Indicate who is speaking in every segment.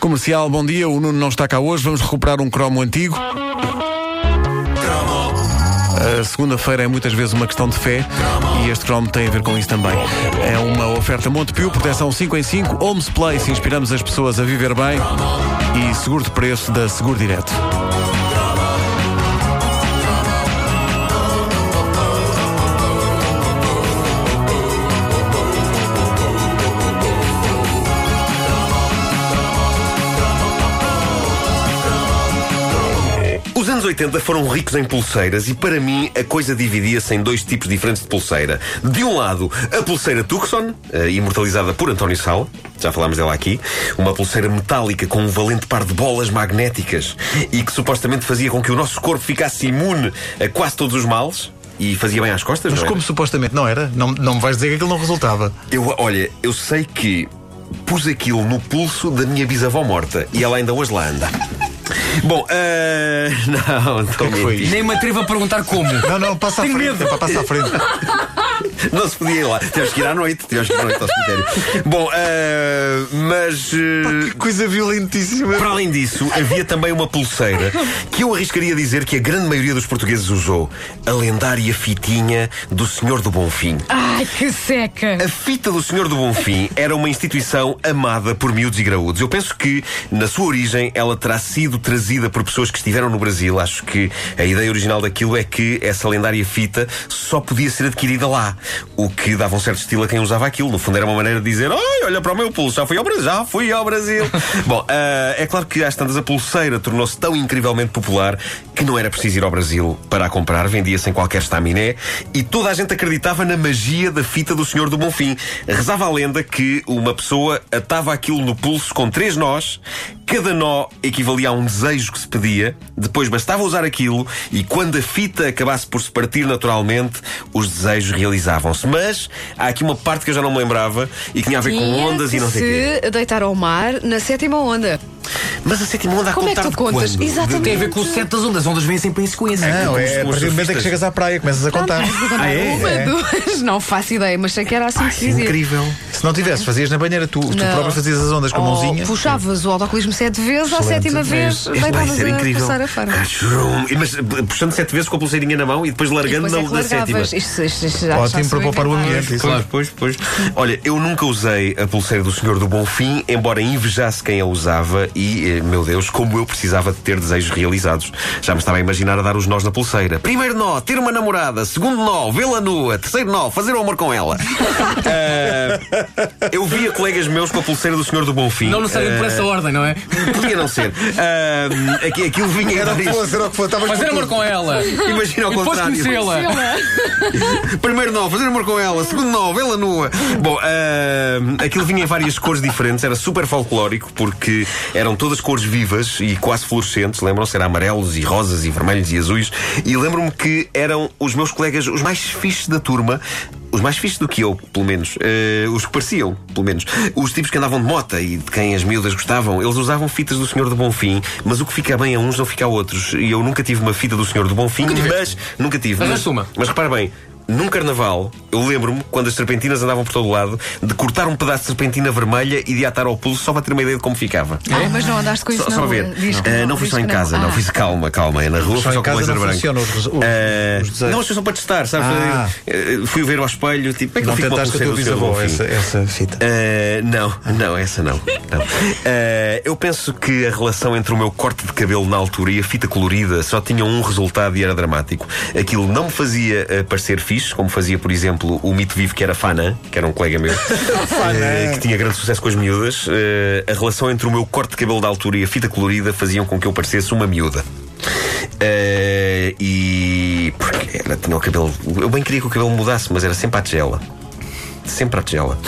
Speaker 1: Comercial, bom dia. O Nuno não está cá hoje. Vamos recuperar um cromo antigo. A segunda-feira é muitas vezes uma questão de fé e este cromo tem a ver com isso também. É uma oferta Montepio, proteção 5 em 5, Homes Place, inspiramos as pessoas a viver bem e seguro de preço da Seguro Direto.
Speaker 2: Os anos 80 foram ricos em pulseiras e para mim a coisa dividia-se em dois tipos diferentes de pulseira. De um lado, a pulseira Tucson, eh, imortalizada por António Sala, já falámos dela aqui, uma pulseira metálica com um valente par de bolas magnéticas e que supostamente fazia com que o nosso corpo ficasse imune a quase todos os males. E fazia bem às costas, não
Speaker 3: Mas
Speaker 2: é? era?
Speaker 3: como supostamente não era, não, não me vais dizer que aquilo não resultava.
Speaker 2: Eu, olha, eu sei que pus aquilo no pulso da minha bisavó morta e ela ainda hoje lá anda. Bom, eh, não, não
Speaker 3: é que foi
Speaker 2: menti.
Speaker 4: Nem me atrevo a perguntar como.
Speaker 3: Não, não, passa à
Speaker 4: Tenho
Speaker 3: frente.
Speaker 4: medo.
Speaker 3: é para passar à frente.
Speaker 2: Não se podia ir lá. Tivemos que ir à noite. Tivemos que ir à noite ao cemitério. Bom, eh, mas. eh,
Speaker 3: Coisa violentíssima.
Speaker 2: para além disso, havia também uma pulseira que eu arriscaria dizer que a grande maioria dos portugueses usou. A lendária fitinha do Senhor do Bonfim.
Speaker 5: Ai, que seca!
Speaker 2: A fita do Senhor do Bonfim era uma instituição amada por miúdos e graúdos. Eu penso que, na sua origem, ela terá sido trazida por pessoas que estiveram no Brasil. Acho que a ideia original daquilo é que essa lendária fita só podia ser adquirida lá. O que dava um certo estilo a quem usava aquilo. No fundo, era uma maneira de dizer: Ai, olha para o meu pulso, já fui ao Brasil. Já fui ao Brasil. Bom, ah, é claro que às tantas a pulseira tornou-se tão incrivelmente popular que não era preciso ir ao Brasil para a comprar, vendia-se em qualquer estaminé e toda a gente acreditava na magia da fita do Senhor do Bonfim. Rezava a lenda que uma pessoa atava aquilo no pulso com três nós, cada nó equivalia a um desejo que se pedia, depois bastava usar aquilo e quando a fita acabasse por se partir naturalmente, os desejos realizavam-se. Mas há aqui uma parte que eu já não me lembrava e que tinha a ver com
Speaker 5: Tinha
Speaker 2: ondas e
Speaker 5: que
Speaker 2: não sei o quê.
Speaker 5: Se deitar ao mar na sétima onda.
Speaker 2: Mas a sétima onda a
Speaker 5: Como é que
Speaker 2: contar
Speaker 5: tu
Speaker 2: de
Speaker 5: contas?
Speaker 2: quando?
Speaker 5: Exatamente.
Speaker 4: Tem a ver com o set das ondas. As ondas vêm sempre em sequência.
Speaker 3: Não,
Speaker 2: Os-
Speaker 3: é a
Speaker 2: os
Speaker 3: partir do momento em
Speaker 2: surfistas.
Speaker 3: que chegas à praia, começas a contar.
Speaker 5: Ah,
Speaker 3: é?
Speaker 5: Uma,
Speaker 3: É.
Speaker 5: duas, não faço ideia, mas sei que era assim que se dizia.
Speaker 2: Incrível.
Speaker 3: Se não tivesse, fazias na banheira tu. Tu
Speaker 5: Não.
Speaker 3: próprio fazias as ondas com a
Speaker 5: Oh,
Speaker 3: mãozinha.
Speaker 5: Puxavas o autocolismo sete vezes, à
Speaker 3: Excelente.
Speaker 5: sétima vez
Speaker 2: Este vai
Speaker 5: deitavas
Speaker 2: ser
Speaker 5: a
Speaker 2: incrível.
Speaker 5: passar a fora.
Speaker 2: Cachurum. E Mas eh, puxando sete vezes com a pulseirinha na mão e depois
Speaker 5: E
Speaker 2: largando
Speaker 5: depois é que
Speaker 2: na, na sétima.
Speaker 5: largavas. Isto, isto, isto já- já
Speaker 3: Ótimo
Speaker 5: se
Speaker 3: para poupar o
Speaker 5: inventava.
Speaker 3: ambiente. isso.
Speaker 2: Claro, pois, pois. Olha, eu nunca usei a pulseira do Senhor do Bonfim, embora invejasse quem a usava e, eh, meu Deus, como eu precisava de ter desejos realizados. Já me estava a imaginar a dar os nós na pulseira. Primeiro nó, ter uma namorada. Segundo nó, vê-la nua. Terceiro nó, fazer o amor com ela. Ah, eu via colegas meus com a pulseira do Senhor do Bonfim.
Speaker 4: Não necessariamente por essa ordem, não é?
Speaker 2: Ah, Podia não ser. Ah, aqui- aquilo vinha
Speaker 3: Era o que
Speaker 2: isto.
Speaker 3: fosse, era o que fosse. Estavas
Speaker 4: Fazer
Speaker 3: com
Speaker 4: amor
Speaker 3: tudo.
Speaker 4: com ela. E
Speaker 2: Imagina ao
Speaker 4: depois
Speaker 2: contrário.
Speaker 4: conhecê-la.
Speaker 2: É? Primeiro não, fazer amor com ela. Segundo não, vê-la nua. Bom, ahm, aquilo vinha em várias cores diferentes. Era super folclórico porque eram todas cores vivas e quase fluorescentes. Lembram-se? Era amarelos e rosas e vermelhos e azuis. E lembro-me que eram os meus colegas, os mais fixes da turma. Os mais fixes do que eu, pelo menos. Eh, os que pareciam, pelo menos. Os tipos que andavam de mota e de quem as miúdas gostavam, eles usavam fitas do Senhor do Bonfim, mas o que fica bem a uns não fica a outros. E eu nunca tive uma fita do Senhor do Bonfim, mas nunca tive.
Speaker 4: Mas assuma.
Speaker 2: Mas repara bem, num carnaval, eu lembro-me, quando as serpentinas andavam por todo o lado, de cortar um pedaço de serpentina vermelha e de atar ao pulso só para ter uma ideia de como ficava.
Speaker 5: Ah, mas não andaste com isso
Speaker 2: Só,
Speaker 5: na
Speaker 2: só para
Speaker 5: rua.
Speaker 2: ver.
Speaker 5: Diz que
Speaker 2: Ah, não fui
Speaker 5: diz
Speaker 2: só em
Speaker 5: que não.
Speaker 2: casa, não
Speaker 5: Ah.
Speaker 2: fiz calma, calma. É na rua,
Speaker 3: Só
Speaker 2: fui
Speaker 3: em
Speaker 2: só com
Speaker 3: casa
Speaker 2: laser
Speaker 3: não
Speaker 2: branco.
Speaker 3: funcionam os res- os-
Speaker 2: Ah,
Speaker 3: os desejos.
Speaker 2: não, mas foi só para testar, sabes?
Speaker 3: Ah.
Speaker 2: Ah, Fui ver ao espelho, tipo, como é que
Speaker 3: Não
Speaker 2: eu fico com a
Speaker 3: tentaste a tua
Speaker 2: pulseira do Senhor do
Speaker 3: bisavó,
Speaker 2: Bonfim?
Speaker 3: essa, essa fita.
Speaker 2: Uh, não, não, essa não. não. Uh, eu penso que a relação entre o meu corte de cabelo na altura e a fita colorida só tinha um resultado e era dramático. Aquilo não me fazia uh, parecer fixe, como fazia, por exemplo, o mito vivo que era Fana, que era um colega meu, uh, que tinha grande sucesso com as miúdas. Uh, a relação entre o meu corte de cabelo da altura e a fita colorida faziam com que eu parecesse uma miúda. Uh, e. Porque ela tinha o cabelo. Eu bem queria que o cabelo mudasse, mas era sempre à tigela. Sempre à tigela.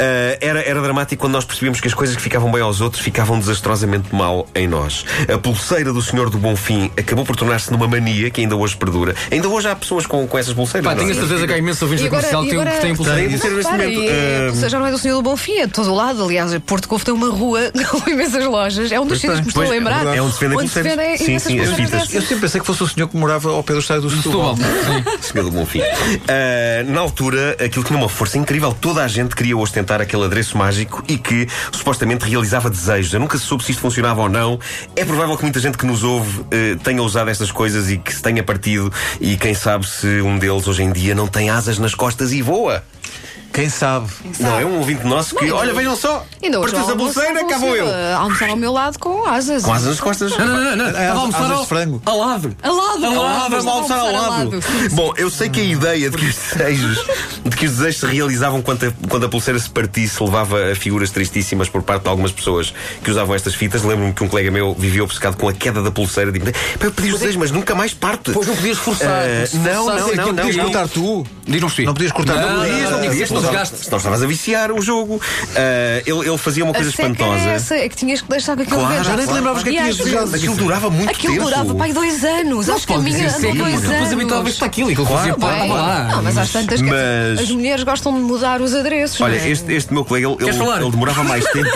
Speaker 2: Ah, era, era dramático quando nós percebíamos que as coisas que ficavam bem aos outros ficavam desastrosamente mal em nós. A pulseira do Senhor do Bonfim acabou por tornar-se numa mania que ainda hoje perdura. Ainda hoje há pessoas com, com essas pulseiras.
Speaker 4: Pá,
Speaker 2: não é?
Speaker 4: tenho a certeza que há imensos ouvintes
Speaker 5: E
Speaker 4: da
Speaker 5: agora-
Speaker 4: comercial que
Speaker 5: e
Speaker 4: têm- que
Speaker 5: agora-
Speaker 4: têm
Speaker 2: Tem.
Speaker 4: pulseiras. disso.
Speaker 2: ser neste
Speaker 5: Repara,
Speaker 2: momento,
Speaker 5: e, eh,
Speaker 2: eh,
Speaker 5: ou seja, não é do Senhor do Bonfim, é de todo o lado. Aliás, Porto Covo tem uma rua com imensas lojas. É um dos sítios que me estou a
Speaker 2: Pois, é
Speaker 5: lembrar.
Speaker 2: verdade. É onde se vendem pulseiras.
Speaker 5: vendem
Speaker 2: Sim,
Speaker 5: imensas
Speaker 2: sim, as
Speaker 5: pulseiras
Speaker 2: fitas.
Speaker 5: dessas.
Speaker 3: Eu sempre pensei que fosse o senhor que morava ao pé do estádio do Setúbal.
Speaker 4: Setúbal. Sim.
Speaker 2: Senhor do Bonfim. Ah, na altura, aquilo tinha uma força incrível. incrível. Toda a gente queria ostentar aquele adereço mágico e que supostamente realizava desejos. Eu nunca soube se isto funcionava ou não. É provável que muita gente que nos ouve eh, tenha usado estas coisas e que se tenha partido. E quem sabe se um deles hoje em dia não tem asas nas costas e voa.
Speaker 3: Quem sabe?
Speaker 2: Não, é um ouvinte nosso que,
Speaker 5: Não,
Speaker 2: olha,
Speaker 5: eu-
Speaker 2: vejam só,
Speaker 5: Ainda hoje
Speaker 2: partiu-se a
Speaker 5: ao almoço
Speaker 2: pulseira, cá vou eu.
Speaker 5: almoço, eh, Almoçar ao meu lado com asas.
Speaker 2: Com asas nas costas.
Speaker 4: Não, não, um não, não.
Speaker 3: É,
Speaker 4: Estava a almoçar
Speaker 3: asas de
Speaker 4: ao-
Speaker 3: frango. um
Speaker 4: Ao lado.
Speaker 5: Ao lado,
Speaker 4: Ao lado,
Speaker 5: vamos
Speaker 4: vamos almoçar ao lado.
Speaker 2: Bom, eu sei que a ideia de que os desejos, de que os desejos se realizavam quando a, quando a pulseira se partisse levava a figuras tristíssimas por parte de algumas pessoas que usavam estas fitas. Lembro-me que um colega meu vivia obcecado com a queda da pulseira. Tipo, "Pá, eu pedi os desejos, mas nunca mais parte.
Speaker 4: Pois não podias forçar.
Speaker 2: Eh,
Speaker 4: Se
Speaker 2: não,
Speaker 4: forçasse,
Speaker 2: não,
Speaker 4: aquilo
Speaker 2: não,
Speaker 4: podias
Speaker 2: não.
Speaker 4: cortar.
Speaker 3: Cortar tu?
Speaker 4: Diz, não percebi.
Speaker 3: Não podias cortar, não
Speaker 4: Não
Speaker 3: podias,
Speaker 4: podias, não podias. Não é um desgaste.
Speaker 2: Senão estavas a viciar o jogo. Eh, ele, ele fazia uma
Speaker 5: A
Speaker 2: coisa
Speaker 5: seca
Speaker 2: espantosa.
Speaker 5: era essa, é que tinhas que deixar com aquilo
Speaker 2: Claro,
Speaker 5: verde.
Speaker 2: já nem te é
Speaker 3: lembravas que
Speaker 5: E
Speaker 3: tinhas
Speaker 5: às
Speaker 3: desejado.
Speaker 5: vezes-
Speaker 2: Aquilo durava muito
Speaker 5: Aquilo
Speaker 2: tempo.
Speaker 5: durava, pai, dois anos. Acho que a
Speaker 4: Pode
Speaker 5: minha
Speaker 4: dizer
Speaker 5: há
Speaker 4: seca,
Speaker 5: dois
Speaker 4: porque Depois
Speaker 5: anos.
Speaker 4: habituavas-te àquilo. Aquilo fazia
Speaker 5: Bem,
Speaker 4: parte.
Speaker 5: Não, mas às tantas quer dizer,
Speaker 2: Mas-
Speaker 5: as mulheres gostam de mudar os adereços.
Speaker 2: Olha,
Speaker 5: não é?
Speaker 2: este, este meu colega, ele,
Speaker 4: Queres
Speaker 2: ele-
Speaker 4: falar?
Speaker 2: ele demorava mais tempo.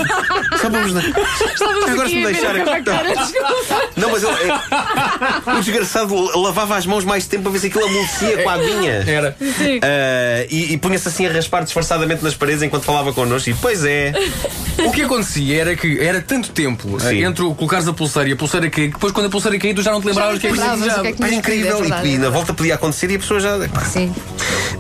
Speaker 2: Só para vos dar-
Speaker 5: Estavas
Speaker 2: Agora
Speaker 5: aqui
Speaker 2: se me
Speaker 5: a ver
Speaker 2: deixar
Speaker 5: com a
Speaker 2: aqui,
Speaker 5: cara, desculpa.
Speaker 2: Não, mas ele, é- o desgraçado lavava as mãos mais tempo para ver se aquilo amolecia com a aguinha.
Speaker 4: Era.
Speaker 5: Sim.
Speaker 2: Ah, e e punha-se assim a raspar disfarçadamente nas paredes enquanto falava connosco. E pois é.
Speaker 4: O que acontecia era que era tanto tempo
Speaker 2: Sim.
Speaker 4: eh, entre o colocares a pulseira e a pulseira cair que depois quando a pulseira cair tu já não te
Speaker 5: Já não
Speaker 4: lembravas o que é que
Speaker 5: lembravas o que é que
Speaker 2: Pá,
Speaker 5: tinhas
Speaker 2: incrível.
Speaker 5: pedido, é
Speaker 2: e,
Speaker 5: verdade.
Speaker 2: e na volta podia acontecer e a pessoa já. pá.
Speaker 5: Sim.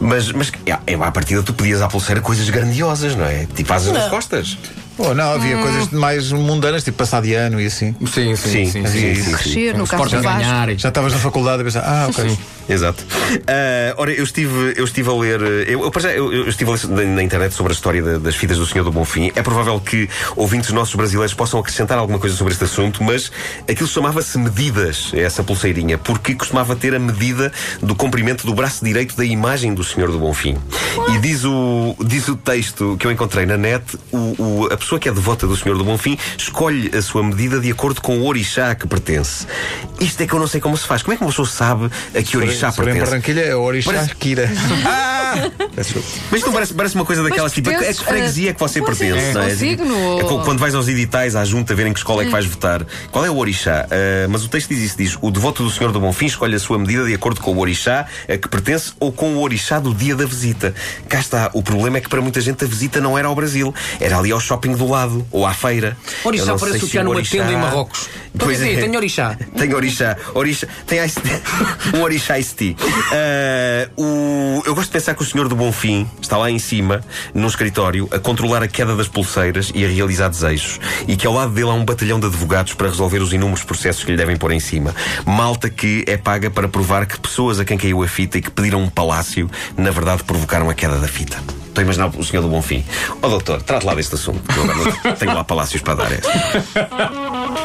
Speaker 2: Mas, mas é, é, à partida tu pedias à pulseira coisas grandiosas, não é? Tipo asas nas costas.
Speaker 3: Oh, não, havia coisas mais mundanas, tipo passar de ano e assim.
Speaker 4: Sim, sim, sim. sim.
Speaker 5: Crescer no
Speaker 4: Os
Speaker 5: carro
Speaker 4: portos
Speaker 5: do
Speaker 4: a
Speaker 5: Vasco.
Speaker 4: ganhar.
Speaker 3: Já estavas na faculdade a pensar, ah, ok.
Speaker 2: Exato. Ah, ora, eu estive, eu estive a ler. eh, Eu, eu, para já, eu- eu estive a ler na, na internet sobre a história da- das fitas do Senhor do Bonfim. É provável que ouvintes nossos brasileiros possam acrescentar alguma coisa sobre este assunto, mas aquilo chamava-se medidas, é essa pulseirinha, porque costumava ter a medida do comprimento do braço direito da imagem do Senhor do Bonfim. E diz o, diz o texto que eu encontrei na net: o- o- a pessoa que é devota do Senhor do Bonfim escolhe a sua medida de acordo com o orixá a que pertence. Isto é que eu não sei como se faz. Como é que uma pessoa sabe a que orixá
Speaker 3: Se for em
Speaker 2: pertence?
Speaker 3: Barranquilha é o Orixá
Speaker 2: Parece-
Speaker 3: Kira.
Speaker 4: Ah!
Speaker 2: Mas isto não parece, parece uma coisa daquelas
Speaker 5: mas
Speaker 2: tipo, a que a que
Speaker 5: pertences,
Speaker 2: freguesia é que você
Speaker 5: pois é,
Speaker 2: pertence, não é?
Speaker 5: ao signo,
Speaker 2: É
Speaker 5: ou-
Speaker 2: co- quando vais aos editais, à junta, verem que escola é
Speaker 5: Hum.
Speaker 2: que vais votar. Qual é o orixá? Ah, mas o texto diz isso, diz, o devoto do Senhor do Bonfim escolhe a sua medida de acordo com o orixá a que pertence ou com o orixá do dia da visita. Cá está, o problema é que para muita gente a visita não era ao Brasil, era ali ao shopping do lado, ou à feira. Eu
Speaker 4: Orixá
Speaker 2: não
Speaker 4: parece
Speaker 2: sei
Speaker 4: o
Speaker 2: se
Speaker 4: que há numa
Speaker 2: orixá-
Speaker 4: tenda em Marrocos.
Speaker 2: Pois
Speaker 4: Pois é,
Speaker 2: é.
Speaker 4: tenho orixá.
Speaker 2: Tem orixá. Orixá. Tem ice tea. Um orixá ice tea. Ah, o... Eu gosto de pensar que o senhor do Bonfim está lá em cima, num escritório, a controlar a queda das pulseiras e a realizar desejos. E que ao lado dele há um batalhão de advogados para resolver os inúmeros processos que lhe devem pôr em cima. Malta que é paga para provar que pessoas a quem caiu a fita e que pediram um palácio, na verdade, provocaram a queda da fita. Estou a imaginar o senhor do Bonfim. Ó doutor, trate lá deste assunto. Eu agora não tenho lá palácios para dar. é.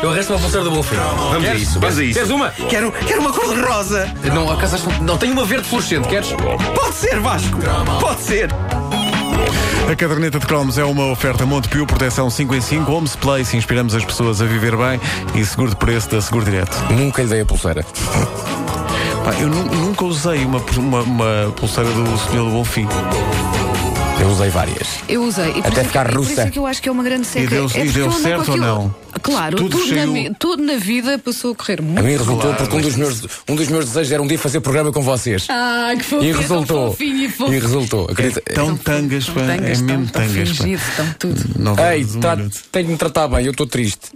Speaker 4: Eu arresto uma pulseira do Bonfim.
Speaker 2: Vamos a isso, vamos a isso.
Speaker 4: Queres uma?
Speaker 2: Quero, quero uma cor de rosa.
Speaker 4: Não, acaso acho- não tenho uma verde fluorescente, queres?
Speaker 2: Pode ser, Vasco. Pode ser.
Speaker 1: A caderneta de cromos é uma oferta Montepio, proteção 5 em 5, Homes Place, inspiramos as pessoas a viver bem e seguro de preço da Seguro Direto.
Speaker 4: Nunca lhe dei a pulseira.
Speaker 1: Pá, eu nu- nunca usei uma, uma- uma pulseira do Senhor do Bonfim.
Speaker 4: Eu usei várias.
Speaker 5: Eu usei. E por
Speaker 6: Até
Speaker 5: isso é que-
Speaker 6: ficar
Speaker 5: e
Speaker 6: russa.
Speaker 5: Por isso é que eu acho que é uma grande seca.
Speaker 1: E deu-
Speaker 5: É
Speaker 1: e
Speaker 5: porque
Speaker 1: deu
Speaker 5: eu ando com
Speaker 1: certo ou
Speaker 5: aquilo-
Speaker 1: não?
Speaker 5: Claro,
Speaker 1: Tudo
Speaker 5: tudo, na,
Speaker 1: saiu-
Speaker 5: mi- tudo na vida passou a correr
Speaker 6: A
Speaker 5: muito.
Speaker 6: mim resultou porque um dos, meus, um dos meus desejos era um dia fazer programa com vocês.
Speaker 5: Ah, que foi
Speaker 6: e resultou.
Speaker 5: e fofo.
Speaker 6: E resultou. Acredita?
Speaker 1: É Tão tangas, pá. É
Speaker 5: tangas,
Speaker 1: mesmo
Speaker 5: tão- tão
Speaker 1: tangas, pá.
Speaker 5: fingido, tão tudo.
Speaker 1: Não
Speaker 6: Ei,
Speaker 1: vamos um
Speaker 6: tra-
Speaker 1: minuto.
Speaker 6: tenho de me tratar bem, eu estou triste.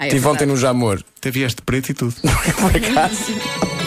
Speaker 5: Ah, é
Speaker 6: Tive ontem
Speaker 5: verdade.
Speaker 6: no Jamor.
Speaker 1: Até vieste preto e tudo.
Speaker 6: Por acaso.